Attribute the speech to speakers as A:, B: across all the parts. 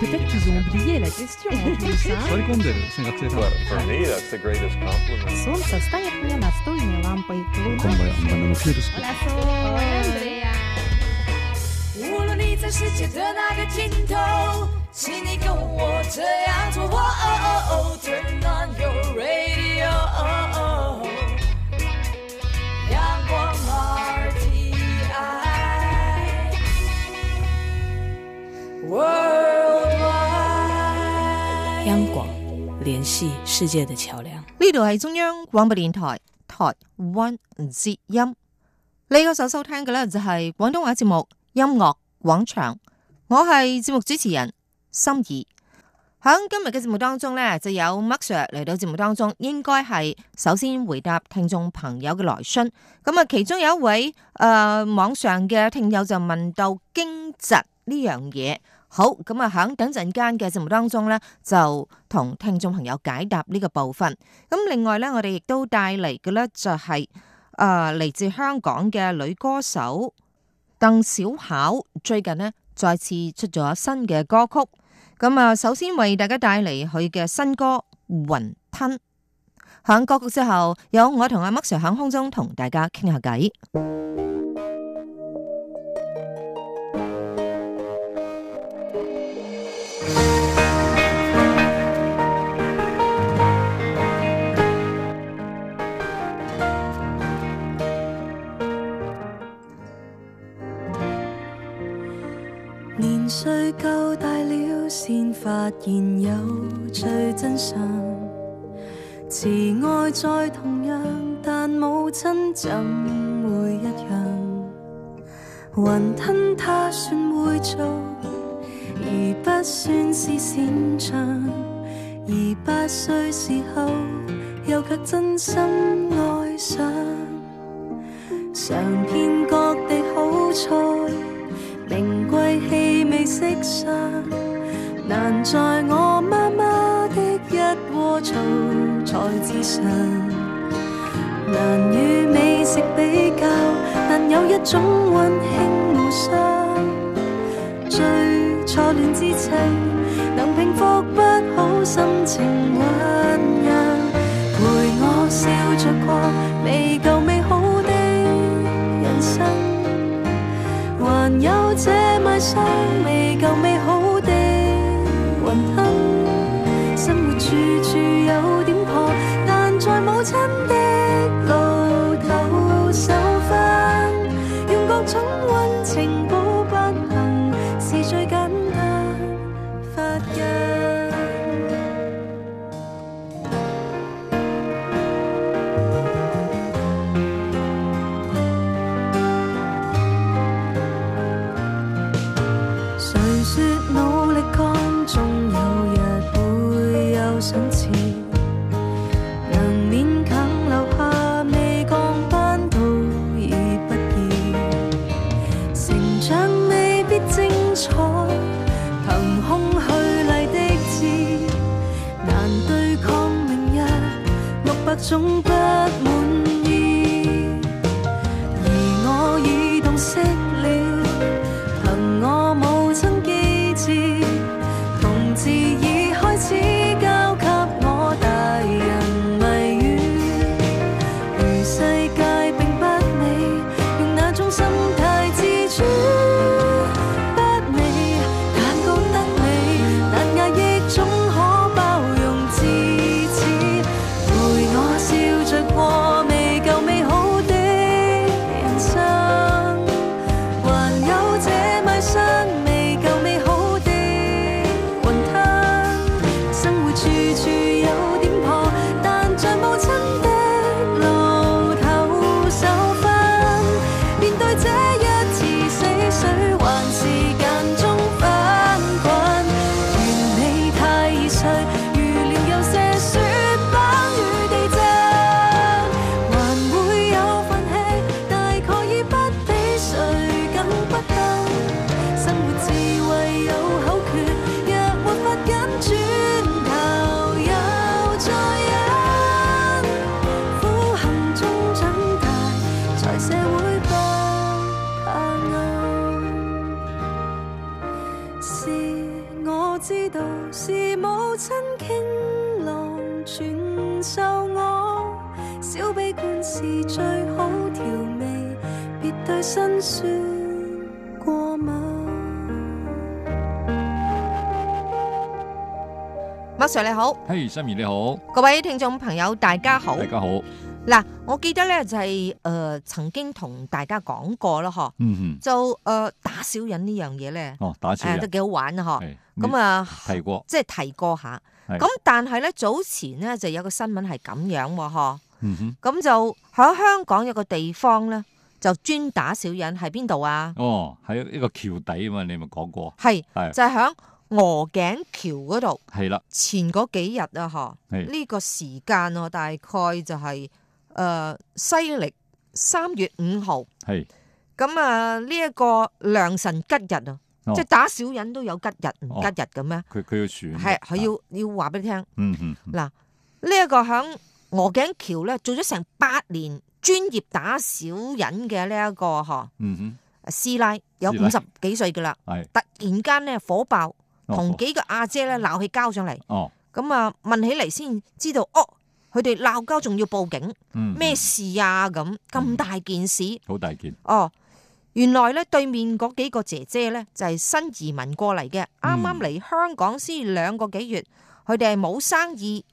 A: peut-être qu'ils ont oublié la question en plus. Hein?
B: Sorry, 생각해서
C: But for me, that's the greatest compliment.
D: Сонце встає на стойні лампи
B: 그건 뭐야? 안 받는 거 필요도 없고.
E: Andrea.
F: 无论你在世界的哪个尽头，请你跟我这样做。哦哦哦，Turn on your radio。阳光 RTI。Worldwide。
G: 央广，联系世界的桥梁。
D: 呢度係中央廣播電台台灣之音，你嗰首收聽嘅呢，就係廣東話節目《音樂廣場》，我係節目主持人心儀。喺今日嘅節目當中呢，就有麥 Sir 嚟到節目當中，應該係首先回答聽眾朋友嘅來信。咁啊，其中有一位誒、呃、網上嘅聽友就問到經疾呢樣嘢。好，咁啊，喺等陣間嘅節目當中呢，就同聽眾朋友解答呢個部分。咁另外咧，我哋亦都帶嚟嘅咧就係誒嚟自香港嘅女歌手鄧小巧，最近呢，再次出咗新嘅歌曲。咁啊，首先為大家帶嚟佢嘅新歌《雲吞》。響歌曲之後，有我同阿麥 Sir 響空中同大家傾下偈。
H: 年歲夠大了，先發現有最真相。慈愛再同樣，但母親怎會一樣？雲吞他算會做，而不算是擅長。而八歲時候，又卻真心愛上。嘗遍各地好菜。名貴氣味色相，難在我媽媽的一鍋醋菜之上。難與美食比較，但有一種溫馨無雙。最初戀之情，能平復不好心情醞釀，陪我笑着過未夠美好的人生。還有這賣相未夠美好的雲吞，生活處處有點破，但在母親的路頭受訓，用各種溫情補不幸，是最簡單法印。誰說努力抗終有日會有賞賜？能勉強留下未降班都已不易。成長未必精彩，憑空虛麗的字，難對抗明日六百種不滿意。而我已洞悉了。憑我母親機智，同志已開始交給我大人謎語。如世界並不美，用那種心態自處。不美，蛋糕得美，難壓抑總可包容至此。陪我笑着過。
F: 我知道是母親傾囊傳授我，小悲觀是最好調味，別對辛酸過敏。
D: 麥 Sir 你好，
A: 嘿，心怡你好，
D: 各位聽眾朋友大家好
A: 大。家好，
D: 嗱，我記得咧就係、呃曾經同大家講過啦，嗬，
A: 嗯嗯，
D: 就誒、呃打小人呢樣嘢咧，
A: 哦，打
D: 誒、
A: 小
D: 都
A: 人，
D: 幾好玩啊，嗬。
A: 係
D: 咁，啊，
A: 你提過，
D: 即係提過下。
A: 係
D: 咁但係咧早前咧就有個新聞係咁樣喎，嗬。
A: 嗯哼，
D: 咁就喺香港有個地方咧，就專打小人，喺邊度啊？
A: 哦，喺呢個橋底啊嘛，你咪講過，
D: 係
A: 係
D: 就係喺鵝頸橋嗰度。
A: 係啦，
D: 前嗰幾日啊，嗬，
A: 係
D: 呢個時間啊，大概就係、誒、西歷三月五號。
A: 係
D: 咁啊，呢、一個良辰吉日啊，
A: 哦
D: 即係打小人都有吉日唔
A: 哦
D: 吉日嘅咩？
A: 佢佢要選嘅，
D: 係佢要要話俾你聽。
A: 嗯，嗯嗯，
D: 嗱，呢一個響鵝頸橋咧，做咗成八年專業打小人嘅呢一個嗬
A: 嗯
D: 師奶，有
A: 師奶
D: 五十幾歲噶啦，
A: 哼，係，
D: 突然間咧火爆，
A: 哦嗯
D: 同幾個阿姐咧鬧起交上嚟，
A: 哦，
D: 咁啊問起嚟先知道，哦，佢哋鬧交仲要報警，
A: 嗯，
D: 咩
A: 嗯
D: 事啊？咁咁大件事，
A: 好大件，
D: 哦。原來咧對面嗰幾個姐姐咧就係、新移民過嚟嘅，啱啱
A: 嗯
D: 嚟香港先兩個幾月，佢哋係冇生意。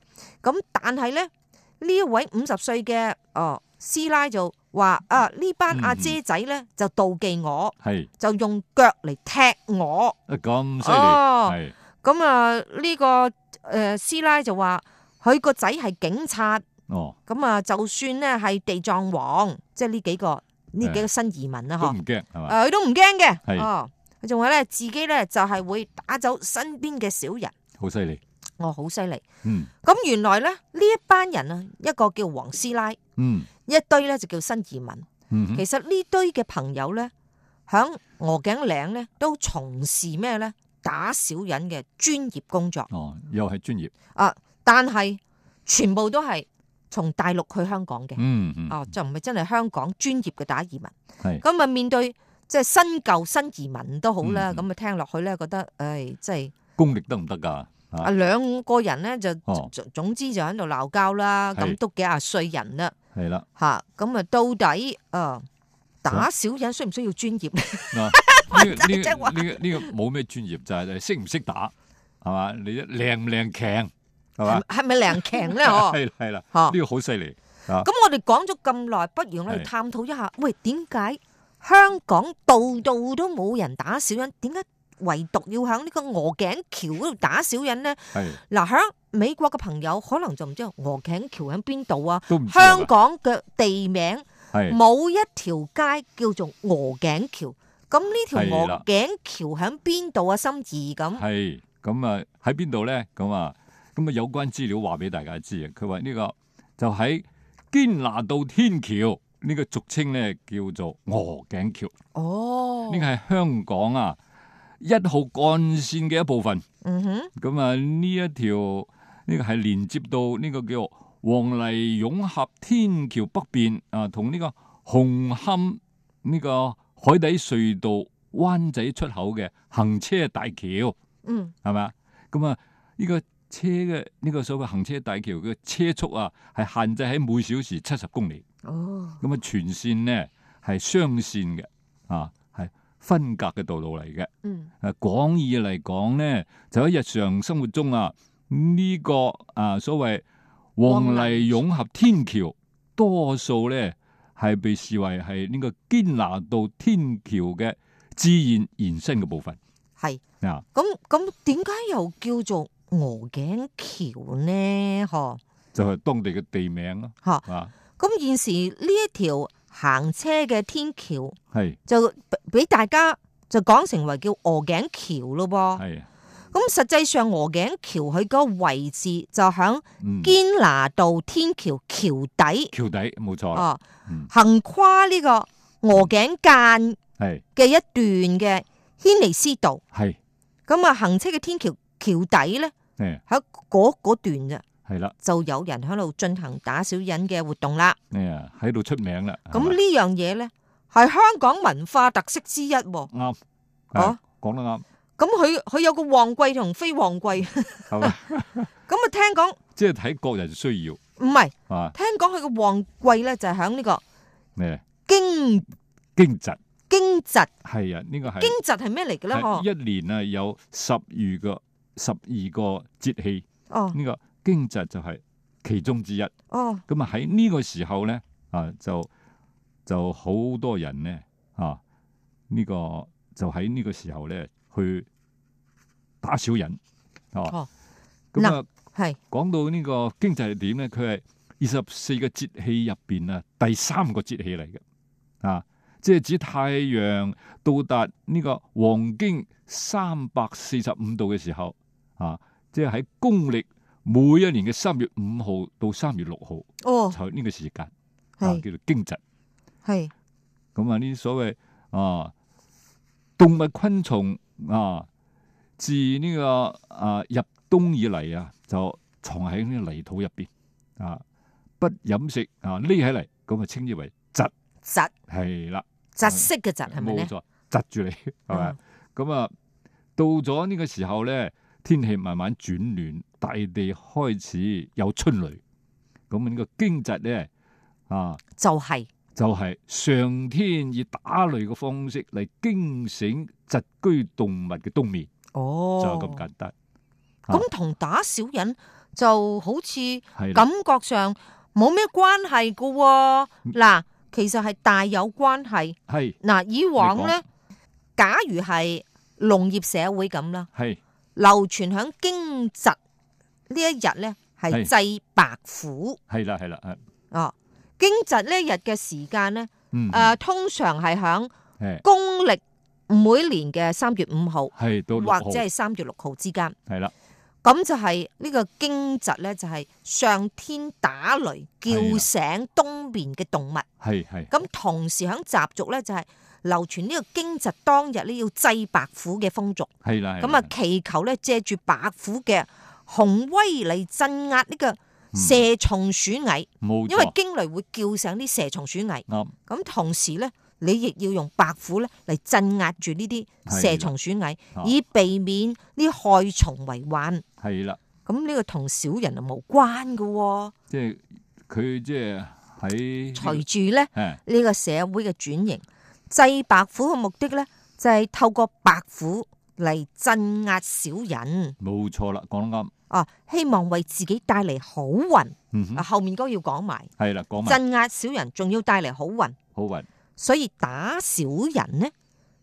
D: 咁但係咧呢一位五十歲嘅哦師奶就話啊呢班阿姐仔咧就妒忌我，
A: 係
D: 就用腳嚟踢我。
A: 啊咁犀
D: 哦
A: 利，係，
D: 咁啊呢個誒師奶就話佢個仔係警察，
A: 哦，
D: 咁啊就算咧係地藏王，即係呢幾個呢幾個新移民啦啊
A: 都
D: 嗬
A: 唔。驚係嘛，
D: 呃誒，佢都唔驚嘅。
A: 啊係
D: 哦，佢仲話咧，自己咧就係會打走身邊嘅小人。
A: 好犀利，
D: 我好犀利。
A: 嗯
D: 咁原來咧呢一班人啊，一個叫黃師奶，
A: 嗯
D: 一堆咧就叫新移民。
A: 嗯哼，
D: 其實呢堆嘅朋友咧，響鵝頸嶺咧都從事咩咧打小人嘅專業工作
A: 哦，又係專業，
D: 啊，但係全部都係從大陸去香港嘅。
A: 嗯嗯，
D: 哦，就唔係真係香港專業嘅打移民。
A: 係
D: 咁啊，面對即係新舊新移民都好啦，
A: 嗯嗯
D: 咁啊聽落去咧，覺得唉，即係
A: 功力得唔得㗎？
D: 啊
A: 啊，
D: 兩個人咧就
A: 哦
D: 總總之就喺度鬧交啦，
A: 係
D: 咁都幾廿歲人啦
A: 係啦，
D: 吓，咁啊到底啊打小人需唔需要專業咧？
A: 嗱，啊呢個呢
D: 真係話
A: 個呢個呢個冇咩專業，就係你識唔識打，係嘛？你靚唔靚強，係嘛？
D: 係咪涼強咧？嗬？
A: 係係啦，
D: 哦
A: 呢個好犀利，
D: 咁我哋講咗咁耐，不如我哋
A: 係
D: 探討一下，喂，點解香港度度都冇人打小人？點解唯獨要喺呢個鵝頸橋嗰度打小人咧？
A: 係
D: 嗱，喺美國嘅朋友可能就唔知道鵝頸橋喺邊度啊？
A: 都唔知
D: 香港嘅地名
A: 係
D: 冇一條街叫做鵝頸橋，咁呢條
A: 係
D: 鵝
A: 啦
D: 頸橋喺邊度啊？心怡咁，
A: 係咁啊喺邊度咧？咁啊咁啊有關資料話俾大家知啊，佢話呢個就喺堅拿道天橋。呢個俗稱咧叫做鵝頸橋，
D: 哦
A: 呢個，係香港啊一號幹線嘅一部分。
D: 嗯哼，
A: 咁啊，呢一條呢、個係連接到呢個叫黃泥涌峽天橋北邊啊，同呢個紅磡呢個海底隧道灣仔出口嘅行車大橋，係
D: 嗯，
A: 嘛？咁啊，呢、個車嘅呢、個所謂行車大橋嘅車速啊，係限制喺每小時七十公里。
D: 哦，
A: 咁啊，全線呢係雙線嘅，啊係分隔嘅道路嚟嘅。
D: 嗯，
A: 誒廣義呃嚟講咧，就喺日常生活中啊，呢、個啊所謂黃泥涌峽天橋，多數咧係被視為係呢個堅拿道天橋嘅自然延伸嘅部分
D: 係，
A: 啊。
D: 咁咁點解又叫做鵝頸橋呢？嗬，
A: 就係當地嘅地名咯，
D: 嚇
A: 啊，
D: 咁現時呢一條行車嘅天橋
A: 係
D: 就俾俾大家就講成為叫鵝頸橋咯噃。
A: 係啊，
D: 咁實際上鵝頸橋佢個位置就喺
A: 嗯，
D: 堅拿道天橋橋底
A: 橋底冇錯啦，
D: 哦
A: 嗯，
D: 橫跨呢個鵝頸間
A: 係
D: 嘅一段嘅軒尼詩道。
A: 係
D: 咁啊，行車嘅天橋橋底咧，
A: 誒
D: 喺嗰嗰段咋
A: 係啦，
D: 就有人喺度進行打小人嘅活動啦。
A: 誒啊喺度出名啦，
D: 咁
A: 係
D: 呢樣嘢咧係香港文化特色之一
A: 嘛
D: 喎。
A: 啱，
D: 哦
A: 係講得啱，
D: 咁佢佢有個旺季同非旺季，咁
A: 係嘛？
D: 啊聽講
A: 即係睇各人需要
D: 唔係，
A: 啊，
D: 聽講佢個旺季咧就係喺呢個
A: 咩
D: 經
A: 經濟
D: 經濟
A: 係啊，呢個係
D: 經濟係咩嚟嘅咧？哦
A: 係
D: 嗬，
A: 一年啊有十二個十二個節氣，
D: 哦
A: 呢個經濟就係其中之一。
D: 哦，
A: 咁啊喺呢個時候咧啊，就就好多人咧啊，呢、個就喺呢個時候咧去打小人
D: 哦
A: 哦。咁啊，
D: 係
A: 講到呢個經濟係點咧，佢係二十四個節氣入邊啊，第三個節氣嚟嘅啊，即係指太陽到達呢個黃經三百四十五度嘅時候啊，即係喺公曆每一年嘅三月五號到三月六號。
D: 哦
A: 就係呢個時間啊，
D: 係
A: 叫做經濟。
D: 係
A: 咁啊，呢啲所謂啊動物昆蟲啊，自呢、個啊入冬以嚟啊，就藏喺呢個泥土入邊啊，不飲食啊，匿喺嚟，咁啊稱之為窒，
D: 窒
A: 係啦，
D: 窒息嘅窒係咪
A: 嗯
D: 嗯
A: 冇
D: 咧？
A: 錯，窒住你係咪？咁啊，到咗呢個時候咧，天氣慢慢轉暖，大地開始有春雷，咁啊呢個經濟咧啊。
D: 就係
A: 就係上天以打雷嘅方式嚟驚醒窒居動物嘅冬眠，
D: 哦，
A: 就係咁簡單。
D: 咁同打小人就好似
A: 係啦
D: 感覺上冇咩關係噶喎。
A: 嗯
D: 嗱，其實係大有關係。
A: 係
D: 嗱，以往咧
A: 你，
D: 假如係農業社會咁啦，
A: 係
D: 流傳響經濟呢一日咧
A: 係
D: 係祭白虎
A: 係啦係啦，係
D: 啊。經濟呢一日嘅時間咧，誒、
A: 嗯，
D: 呃通常係響
A: 係
D: 公歷每年嘅三月五號
A: 係到六號
D: 或者係三月六號之間。
A: 係啦，
D: 咁就係呢個驚蛰咧，就係上天打雷叫醒冬眠嘅動物。
A: 係係
D: 咁同時喺習俗咧，就係流傳呢個驚蛰當日咧要祭白虎嘅風俗。
A: 係啦。係啦
D: 咁啊，祈求咧借住白虎嘅雄威嚟鎮壓呢個蛇蟲鼠蟻，
A: 冇
D: 因為
A: 錯，
D: 驚雷會叫醒啲蛇蟲鼠蟻。
A: 啱
D: 咁同時咧，你亦要用白虎咧嚟鎮壓住呢啲蛇蟲鼠蟻
A: 啦，
D: 以避免呢害蟲為患。
A: 係啦，
D: 咁呢個同小人啊無關嘅喎、
A: 即係佢即係喺
D: 隨住咧
A: 誒
D: 呢個社會嘅轉型，祭白虎嘅目的咧就係、透過白虎嚟鎮壓小人
A: 冇錯啦，講得啱，
D: 啊，希望為自己帶嚟好運。
A: 嗯
D: 啊，
A: 哼，
D: 後面嗰個要講埋
A: 係啦，講埋
D: 鎮壓小人，仲要帶嚟好運，
A: 好運，
D: 所以打小人呢，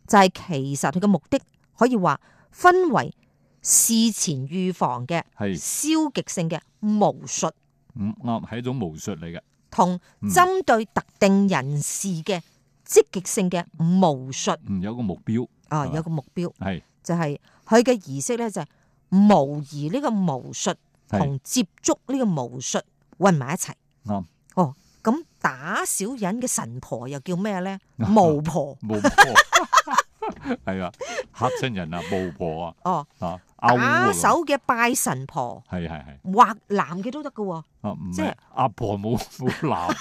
D: 就係、其實佢嘅目的可以話分為事前預防嘅
A: 係
D: 消極性嘅巫術。
A: 嗯啱，係一種巫術嚟嘅，
D: 同
A: 嗯
D: 針對特定人士嘅積極性嘅巫術
A: 嗯有個目標
D: 啊，
A: 係嘛
D: 有個目標
A: 係
D: 就係佢嘅儀式咧，就係模擬呢個巫術
A: 係
D: 同接觸呢個巫術混埋一齊。
A: 啱
D: 哦，咁打小人嘅神婆又叫咩 咧？
A: 啊
D: 巫婆
A: 巫婆係啊，嚇親人啊，巫婆啊。
D: 哦，
A: 啊，阿烏
D: 打
A: 啊
D: 手嘅拜神婆
A: 係係係
D: 或男嘅都得㗎喎。
A: 啊，唔
D: 即
A: 係
D: 係
A: 阿婆冇冇 男，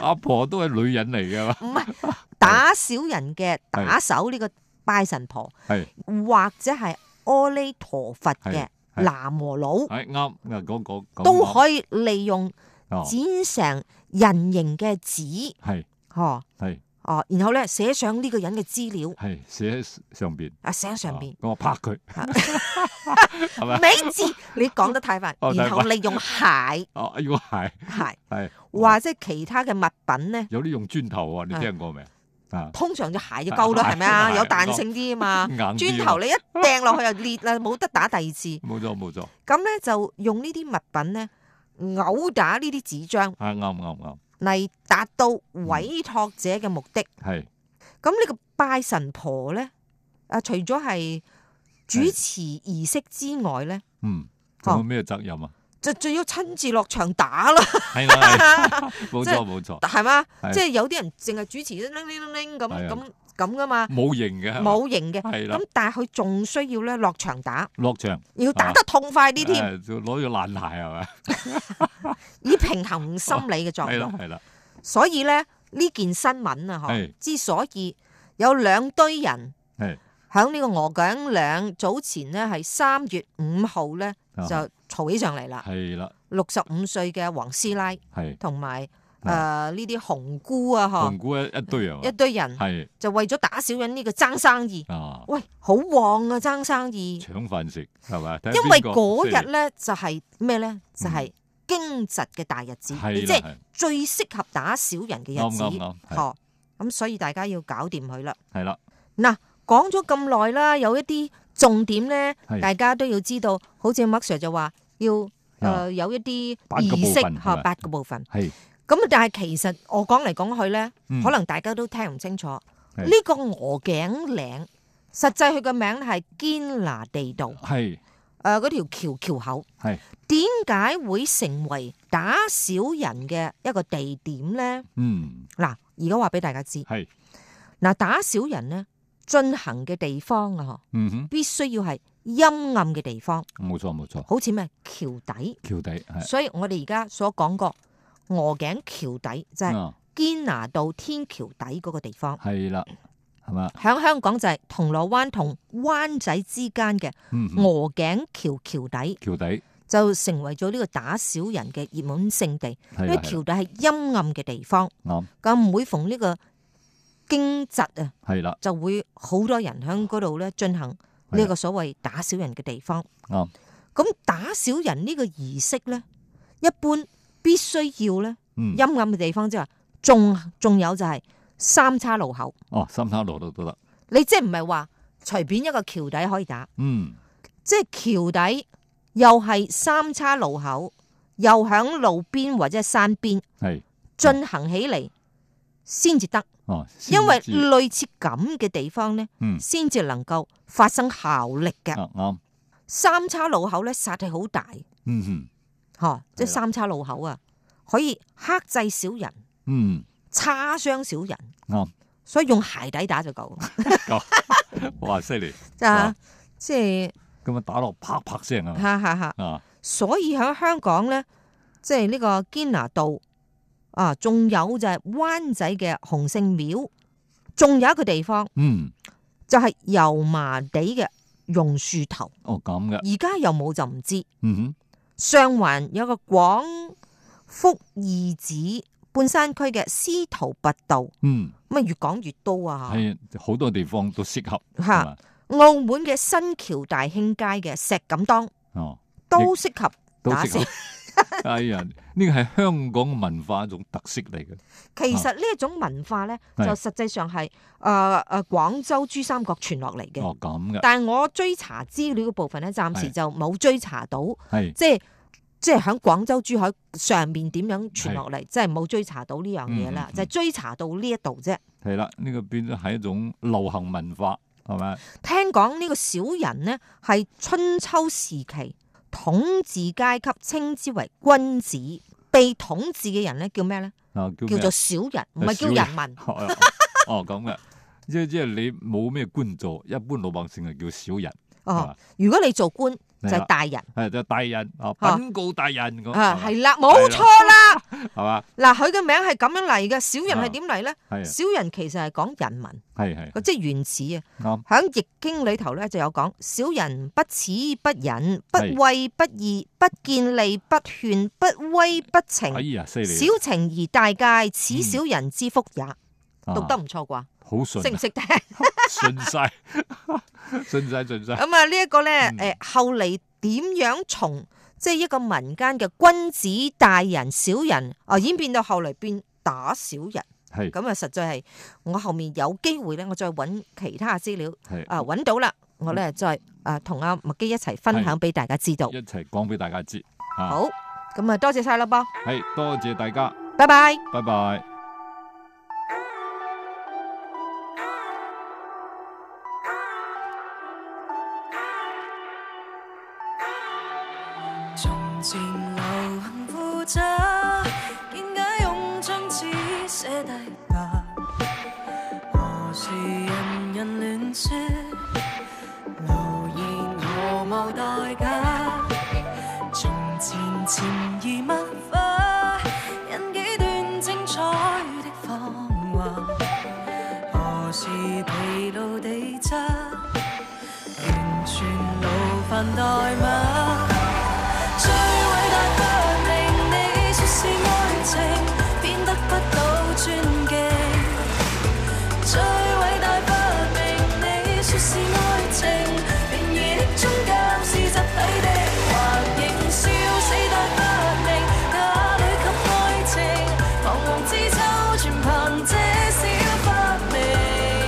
A: 阿婆都係女人嚟噶嘛，
D: 唔係 打小人嘅打手呢個拜神婆，
A: 係
D: 或者係阿彌陀佛嘅
A: 係係
D: 南和佬，
A: 係啱啊，講講講
D: 都可以利用
A: 哦，
D: 剪成人形嘅紙，
A: 係
D: 嗬
A: 係
D: 哦，然後咧寫上呢個人嘅資料
A: 係寫喺上邊
D: 啊，寫喺上邊
A: 啊。咁我拍佢， 係咪？
D: 名字你講得太快，
A: 哦
D: 然後
A: 太快
D: 利用鞋
A: 哦，哎呦係
D: 鞋
A: 係，
D: 或者其他嘅物品咧，
A: 有啲用磚頭啊，你
D: 係
A: 聽過未啊？
D: 通常隻鞋就夠啦，
A: 係
D: 係咪啊？
A: 係
D: 有彈性啲啊 嘛，
A: 硬啲啊
D: 磚頭你一掟落去就裂啦，冇得打第二次。
A: 冇錯冇錯，
D: 咁咧就用呢啲物品咧殴打呢啲紙張
A: 啊啱啱啱，
D: 嚟達到委託者嘅目的。
A: 係
D: 咁呢個拜神婆咧，啊，除咗係主持儀式之外咧，
A: 嗯，
D: 哦
A: 仲有咩責任啊？
D: 就仲要親自落場打啦，
A: 係啦，係冇
D: 即係
A: 錯冇錯，
D: 係嘛？
A: 係
D: 即係有啲人淨係主持拎拎拎拎咁
A: 係啊
D: 咁咁噶嘛，
A: 冇型嘅係嘛
D: 冇型嘅。
A: 係啦
D: 咁，但係佢仲需要咧落場打，
A: 落場
D: 要打得痛快啲
A: 誒
D: 添，
A: 哎就攞咗爛鞋係咪？
D: 以平衡心理嘅作
A: 係啦
D: 用。
A: 係啦，
D: 所以咧呢件新聞啊，嗬
A: 係，
D: 之所以有兩堆人
A: 係
D: 係響呢個鵝頸嶺早前呢，係三月五號咧
A: 啊
D: 就嘈起上嚟啦。
A: 係啦，
D: 六十五歲嘅黃師奶
A: 係
D: 同埋誒呢啲紅姑啊，
A: 啊紅
D: 嗬，
A: 菇一一堆啊嘛，
D: 一堆人
A: 係
D: 就為咗打小人呢個爭生意，
A: 啊，
D: 喂，好旺啊爭生意，
A: 搶飯食係咪？睇下
D: 因為
A: 邊個
D: 嗰
A: 先嗯
D: 日咧就係咩咧？就係驚蟄嘅大日子，
A: 係
D: 你
A: 啦
D: 即係
A: 係
D: 最適合打小人嘅日子，
A: 啱啱啱係
D: 嗬。咁所以大家要搞掂佢啦。
A: 係啦，
D: 嗱，講咗咁耐啦，有一啲重點咧，
A: 係
D: 大家都要知道。好似麥 Sir 就話要誒、
A: 啊
D: 有一啲
A: 八個部
D: 儀式
A: 分係咪
D: 嚇八個部分。
A: 係
D: 咁啊但係其實我講嚟講去咧，
A: 嗯
D: 可能大家都聽唔清楚。
A: 係
D: 呢個鵝頸嶺實際佢嘅名係堅拿地道，
A: 係
D: 誒嗰條橋橋口。
A: 係
D: 點解會成為打小人嘅一個地點咧？
A: 嗯
D: 嗱，而家話俾大家知，
A: 係
D: 嗱打小人咧進行嘅地方啊，嗬。
A: 嗯哼，
D: 必須要係陰暗嘅地方，
A: 冇錯冇錯，
D: 好似咩橋底。
A: 橋底係
D: 所以我哋而家所講過鵝頸橋底就係
A: 啊
D: 堅拿道天橋底嗰個地方，
A: 係啦，係嘛，
D: 喺香港就係銅鑼灣同灣仔之間嘅
A: 嗯哼
D: 鵝頸橋橋底，
A: 橋底
D: 就成為咗呢個打小人嘅熱門勝地。因
A: 係
D: 為
A: 啦係
D: 橋底係陰暗嘅地方，
A: 啦啱
D: 咁每逢呢個驚蟄啊，
A: 係啦
D: 就會好多人喺嗰度咧進行
A: 啊
D: 呢一個所謂打小人嘅地方。
A: 啱
D: 咁打小人呢個儀式咧，一般必須要咧
A: 嗯
D: 陰暗嘅地方之外，仲仲有就係三叉路口。
A: 哦三叉路都都得
D: 你即係唔係話隨便一個橋底可以打，
A: 嗯
D: 即係橋底又係三叉路口，又響路邊或者係山邊
A: 係
D: 進行起嚟先至得，
A: 哦，
D: 因為
A: 先至
D: 類似咁嘅地方咧，
A: 嗯
D: 先至能夠發生效力嘅。
A: 啊啱
D: 三叉路口咧殺氣好大。
A: 嗯哼
D: 吓、即係
A: 係啦
D: 三叉路口啊，可以克制小人、
A: 嗯
D: 叉傷小人，
A: 啱
D: 所以用鞋底打就 夠，
A: 哇犀利
D: 啊
A: 哇，
D: 即係
A: 咁啊打落啪啪聲啊
D: 哈哈哈。
A: 啊
D: 所以喺香港咧，即係呢個堅拿道啊，仲有就係灣仔嘅洪聖廟，仲有一個地方
A: 嗯
D: 就係油麻地嘅榕樹頭，
A: 哦咁嘅
D: 而家有冇就唔知。
A: 嗯哼
D: 上環有個廣福義寺半山區嘅司徒拔道。
A: 嗯
D: 咁啊，越講越多啊！
A: 係好多地方都適合
D: 嚇
A: 係嘛
D: 澳門嘅新橋大興街嘅石錦當
A: 哦。
D: 都適合
A: 都
D: 打
A: 適
D: 小。
A: 合。 哎呀，呢個係香港文化一種特色嚟嘅。
D: 其實呢一種文化咧，就
A: 係
D: 實際上係誒誒廣州珠三角傳落嚟嘅。
A: 哦，咁嘅，
D: 但係我追查資料嘅部分咧，暫時
A: 係
D: 就冇追查到，
A: 係
D: 即係即係喺廣州珠海上面點樣傳落嚟，即係冇追查到呢樣嘢啦
A: 嗯嗯，嗯
D: 就係追查到呢一度啫。
A: 係啦，呢、個變咗係一種流行文化，係咪？
D: 聽講呢個小人呢，係春秋時期統治階級稱之為君子，被統治嘅人呢，叫咩呢？
A: 啊，叫
D: 叫
A: 咩
D: 做小人，唔係叫人民。
A: 哦哦咁嘅，即係即係你冇咩官做，一般老百姓係叫小人，係
D: 哦
A: 嘛，
D: 如果你做官就係
A: 啦
D: 大人
A: 係就大人啊，
D: 啊
A: 禀告大人咁
D: 啊，
A: 係
D: 係啦，冇錯啦。
A: 嘛係嘛？
D: 嗱，佢嘅名係咁樣嚟嘅，小人係點嚟呢？
A: 係啊
D: 小人其實係講人民，
A: 係係
D: 即係原始啊。
A: 啱
D: 喺《易經》裏頭咧就有講：小人不齒不仁，不
A: 係
D: 畏不義，不見利，不勸，不威，不情
A: 哎。呀，犀利，
D: 小情而大戒，此小人之福也。
A: 啊
D: 讀得唔錯啩，
A: 好順
D: 識唔
A: 啊，
D: 識聽？
A: 順晒， 順晒順晒，
D: 咁啊，呢一個咧，
A: 嗯
D: 誒，後嚟點樣從即係一個民間嘅君子、大人、小人啊，演變到後嚟變打小人。
A: 係
D: 咁啊，實在係我後面有機會咧，我再揾其他資料
A: 係
D: 啊，揾到啦，我咧再啊同阿麥基一齊分享俾大家知道
A: 一。齊講俾大家知。啊
D: 好，咁啊，多謝晒啦噃，
A: 係多謝大家，
D: 拜拜。
A: 拜拜。
F: 從前流行負責，點解用張紙寫低吧？何時人人亂說，流言何無代價？從前潛移默化，印幾段精彩的謊話，何時疲勞地揸？繁代码。最偉大不明，你說是愛情，變得不到尊敬。最偉大不明，你說是愛情，便宜的終究是集體的，還仍笑死大不明，哪裏及愛情？彷徨之秋，全憑這小發明，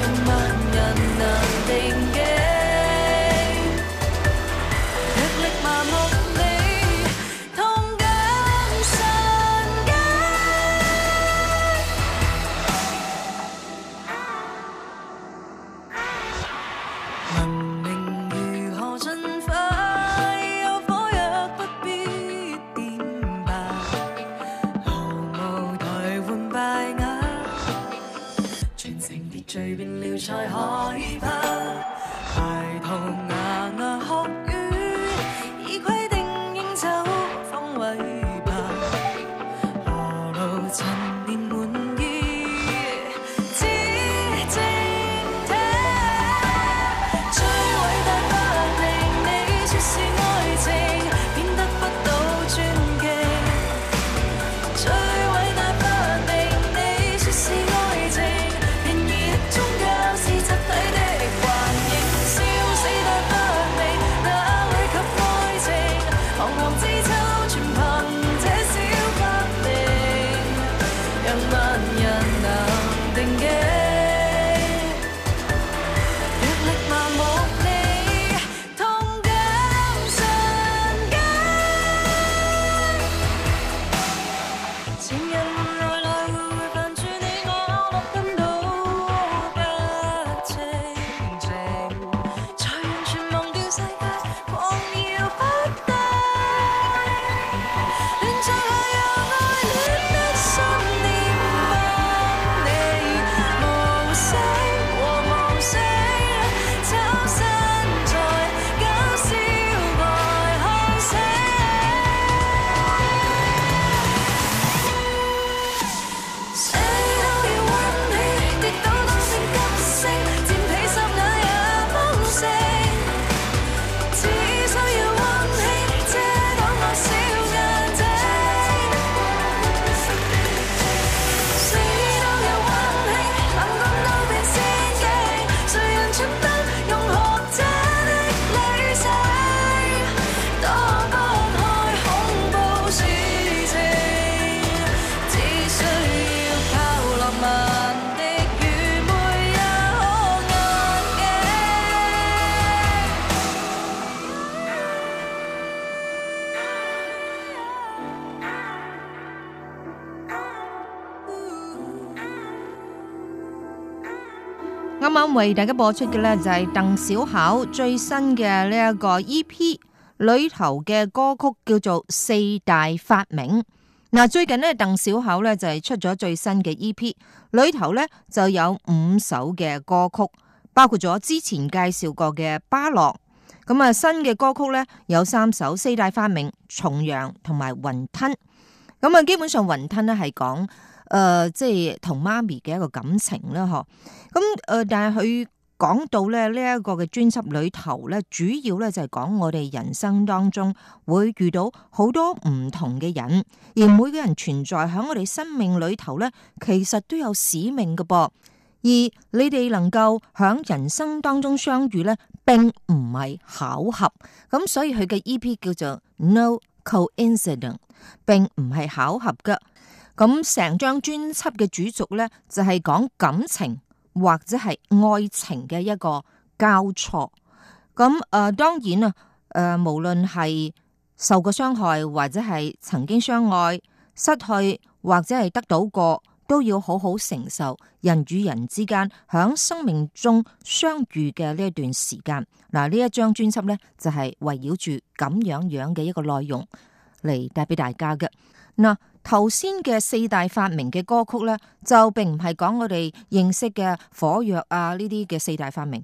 F: 用萬人難定境。弱力麻木你，痛感瞬間。文明如何進化，有火藥不必點吧，毫無頹垣敗瓦，全城秩序變了才害怕。孩童牙牙學語，已規定應走方位吧。何路陳年滿意，只精聽。最偉大發明，你說是愛情，變得不到尊敬。最偉大發明，你說是愛情，然而終究是集體的，還仍笑死大發明，哪裏及愛情？彷徨之秋，全憑這小發明，讓萬人能定境。藥力麻木你，痛感瞬間。前人來來回回煩住你我，落根都不清靜，才完全忘掉世界，狂搖不定。亂唱下又愛戀的心念問你，無聲和無聲，抽身在搞笑外看醒。死都要温馨，跌倒當成金星，佔起心眼也保證。只需要温馨，遮擋我小眼睛。死都要温馨，冷凍都變仙境，誰人出燈用學者的理性，躲不開恐怖事情。只需要靠浪漫的愚昧也可眼鏡。
D: 啱啱為大家播出嘅呢，就係鄧小巧最新嘅呢一 E 個 E.P. 裏頭嘅歌曲叫做《四大發明》。嗱，最近呢，鄧小巧呢就係出咗最新嘅 E E.P. 裏頭呢就有五首嘅歌曲，包括咗之前介紹過嘅《巴洛》。咁啊，新嘅歌曲呢，有三首《四大發明》、《重陽》同埋《雲吞》。咁啊，基本上《雲吞》呢係講誒，即係同媽咪嘅一個感情啦，嗬。咁誒、呃但係佢講到咧呢一、個嘅專輯裏頭咧，主要咧就係講我哋人生當中會遇到好多唔同嘅人，而每個人存在喺我哋生命裏頭咧，其實都有使命嘅噃。而你哋能夠喺人生當中相遇咧，並唔係巧合。咁所以佢嘅 E.P. 叫做 No Coincidence，並唔係巧合嘅。咁成張專輯嘅主軸咧，就係、講感情或者係愛情嘅一個交錯。咁誒、呃，當然啊，誒、呃，無論係受過傷害或者係曾經相愛、失去或者係得到過，都要好好承受人與人之間響生命中相遇嘅呢一段時間。嗱，呢一張專輯咧就係、圍繞住咁樣樣嘅一個內容嚟帶俾大家嘅。嗱，頭先嘅四大發明嘅歌曲咧，就並唔係講我哋認識嘅火藥啊呢啲嘅四大發明，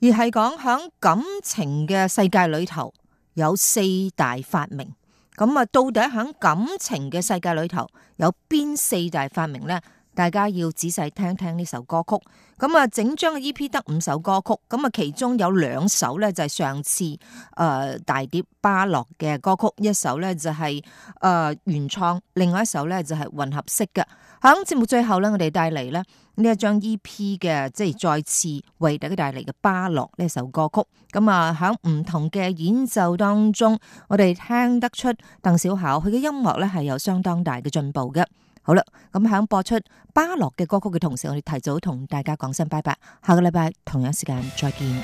D: 而係講響感情嘅世界裏頭有四大發明。咁啊，到底響感情嘅世界裏頭有邊四大發明咧？大家要仔細聽聽呢首歌曲。咁啊，整張嘅 E.P. 得五首歌曲，咁啊，其中有兩首咧就係上次誒、呃大碟巴洛嘅歌曲，一首咧就係、誒、呃原創，另外一首咧就係、混合式嘅。喺節目最後咧，我哋帶嚟咧呢一張 E.P. 嘅，即係再次為大家帶嚟嘅巴洛呢首歌曲。咁啊，喺唔同嘅演奏當中，我哋聽得出鄧小巧佢嘅音樂咧係有相當大嘅進步嘅。好啦，咁喺播出巴洛嘅歌曲嘅同時，我哋提早同大家講聲拜拜，下個禮拜同樣時間再見。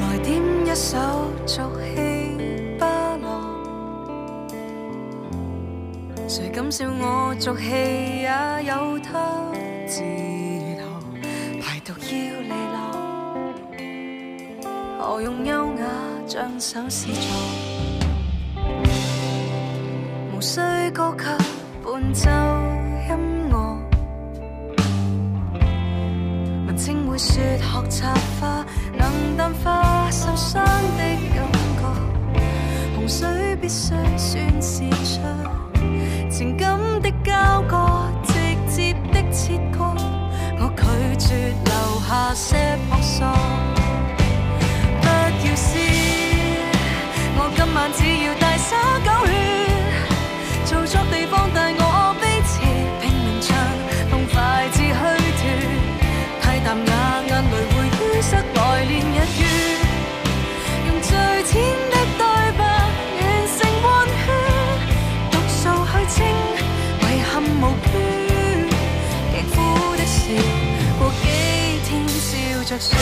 F: 來點一首俗氣巴郎，誰敢笑我俗氣也有他自豪，排毒要利落，何用優雅將手試做，無需高級伴奏音樂。文青會說學插花能淡化受傷的感覺，洪水必須宣泄出情感的交割，直接的切割，我拒絕留下些樸素。不要笑，我今晚只要大灑九圈。做作地方帶我悲切，拼命唱，痛快至虛脱。睇淡也眼淚會淤塞，來年日月，用最淺的對白完成換圈，毒素去清，遺憾無缺。極苦的事，過幾天笑着說。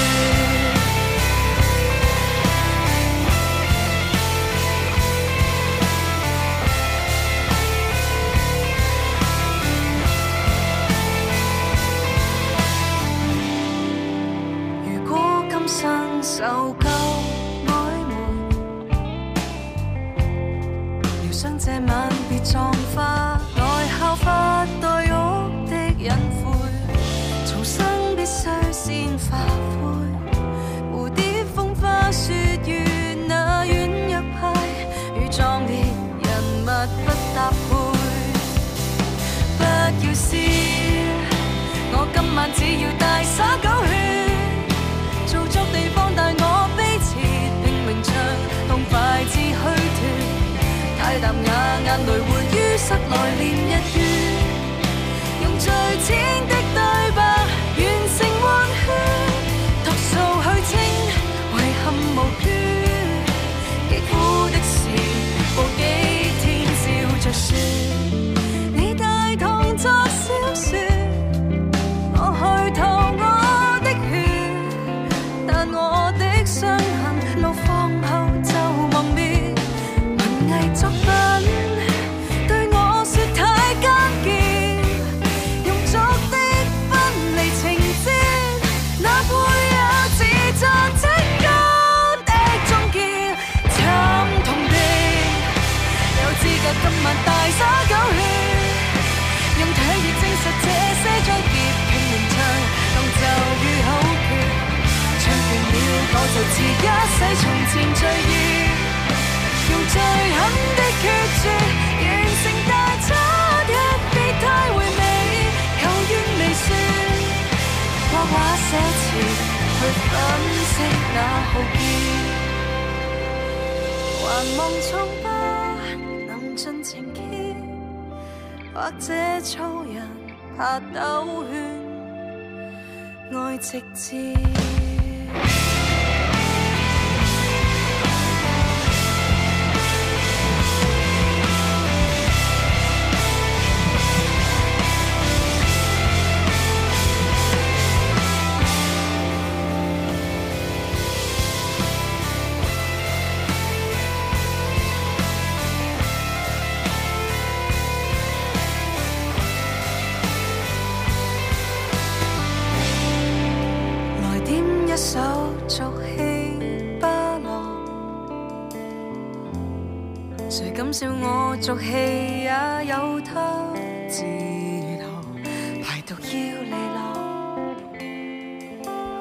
F: 如果今生受夠曖昧，療傷這晚別葬花，來效法代玉的隱晦，重生必須先化灰。蝴蝶風花雪月那軟弱派，與壯烈人物不搭配。不要笑，我今晚只要大灑狗血，做足地方帶我悲切，拼命唱，痛快至虛脱。太淡雅，眼淚會淤塞，來年日月，用最淺的對白完成幻圈，毒素去清，遺憾無缺。極苦的事，過幾天笑着說，你大堂作小說。我去吐我的血，但我的傷痕怒放後就忘滅。文藝作品對我說太艱澀，庸俗的分離情節，哪會也只在即間的終結，慘痛地有資格今晚大灑狗血。用體液證實這些災劫，拼命唱，當就與口訣。唱完了，我就自一洗從前罪孽，用最狠的決絕完成大差一別太回味，求願未算。畫畫寫詞，去分析那浩劫。還望創疤能盡情揭。或者粗人怕兜圈，愛直接。來點一首俗氣巴郎，誰敢笑我俗氣也有他自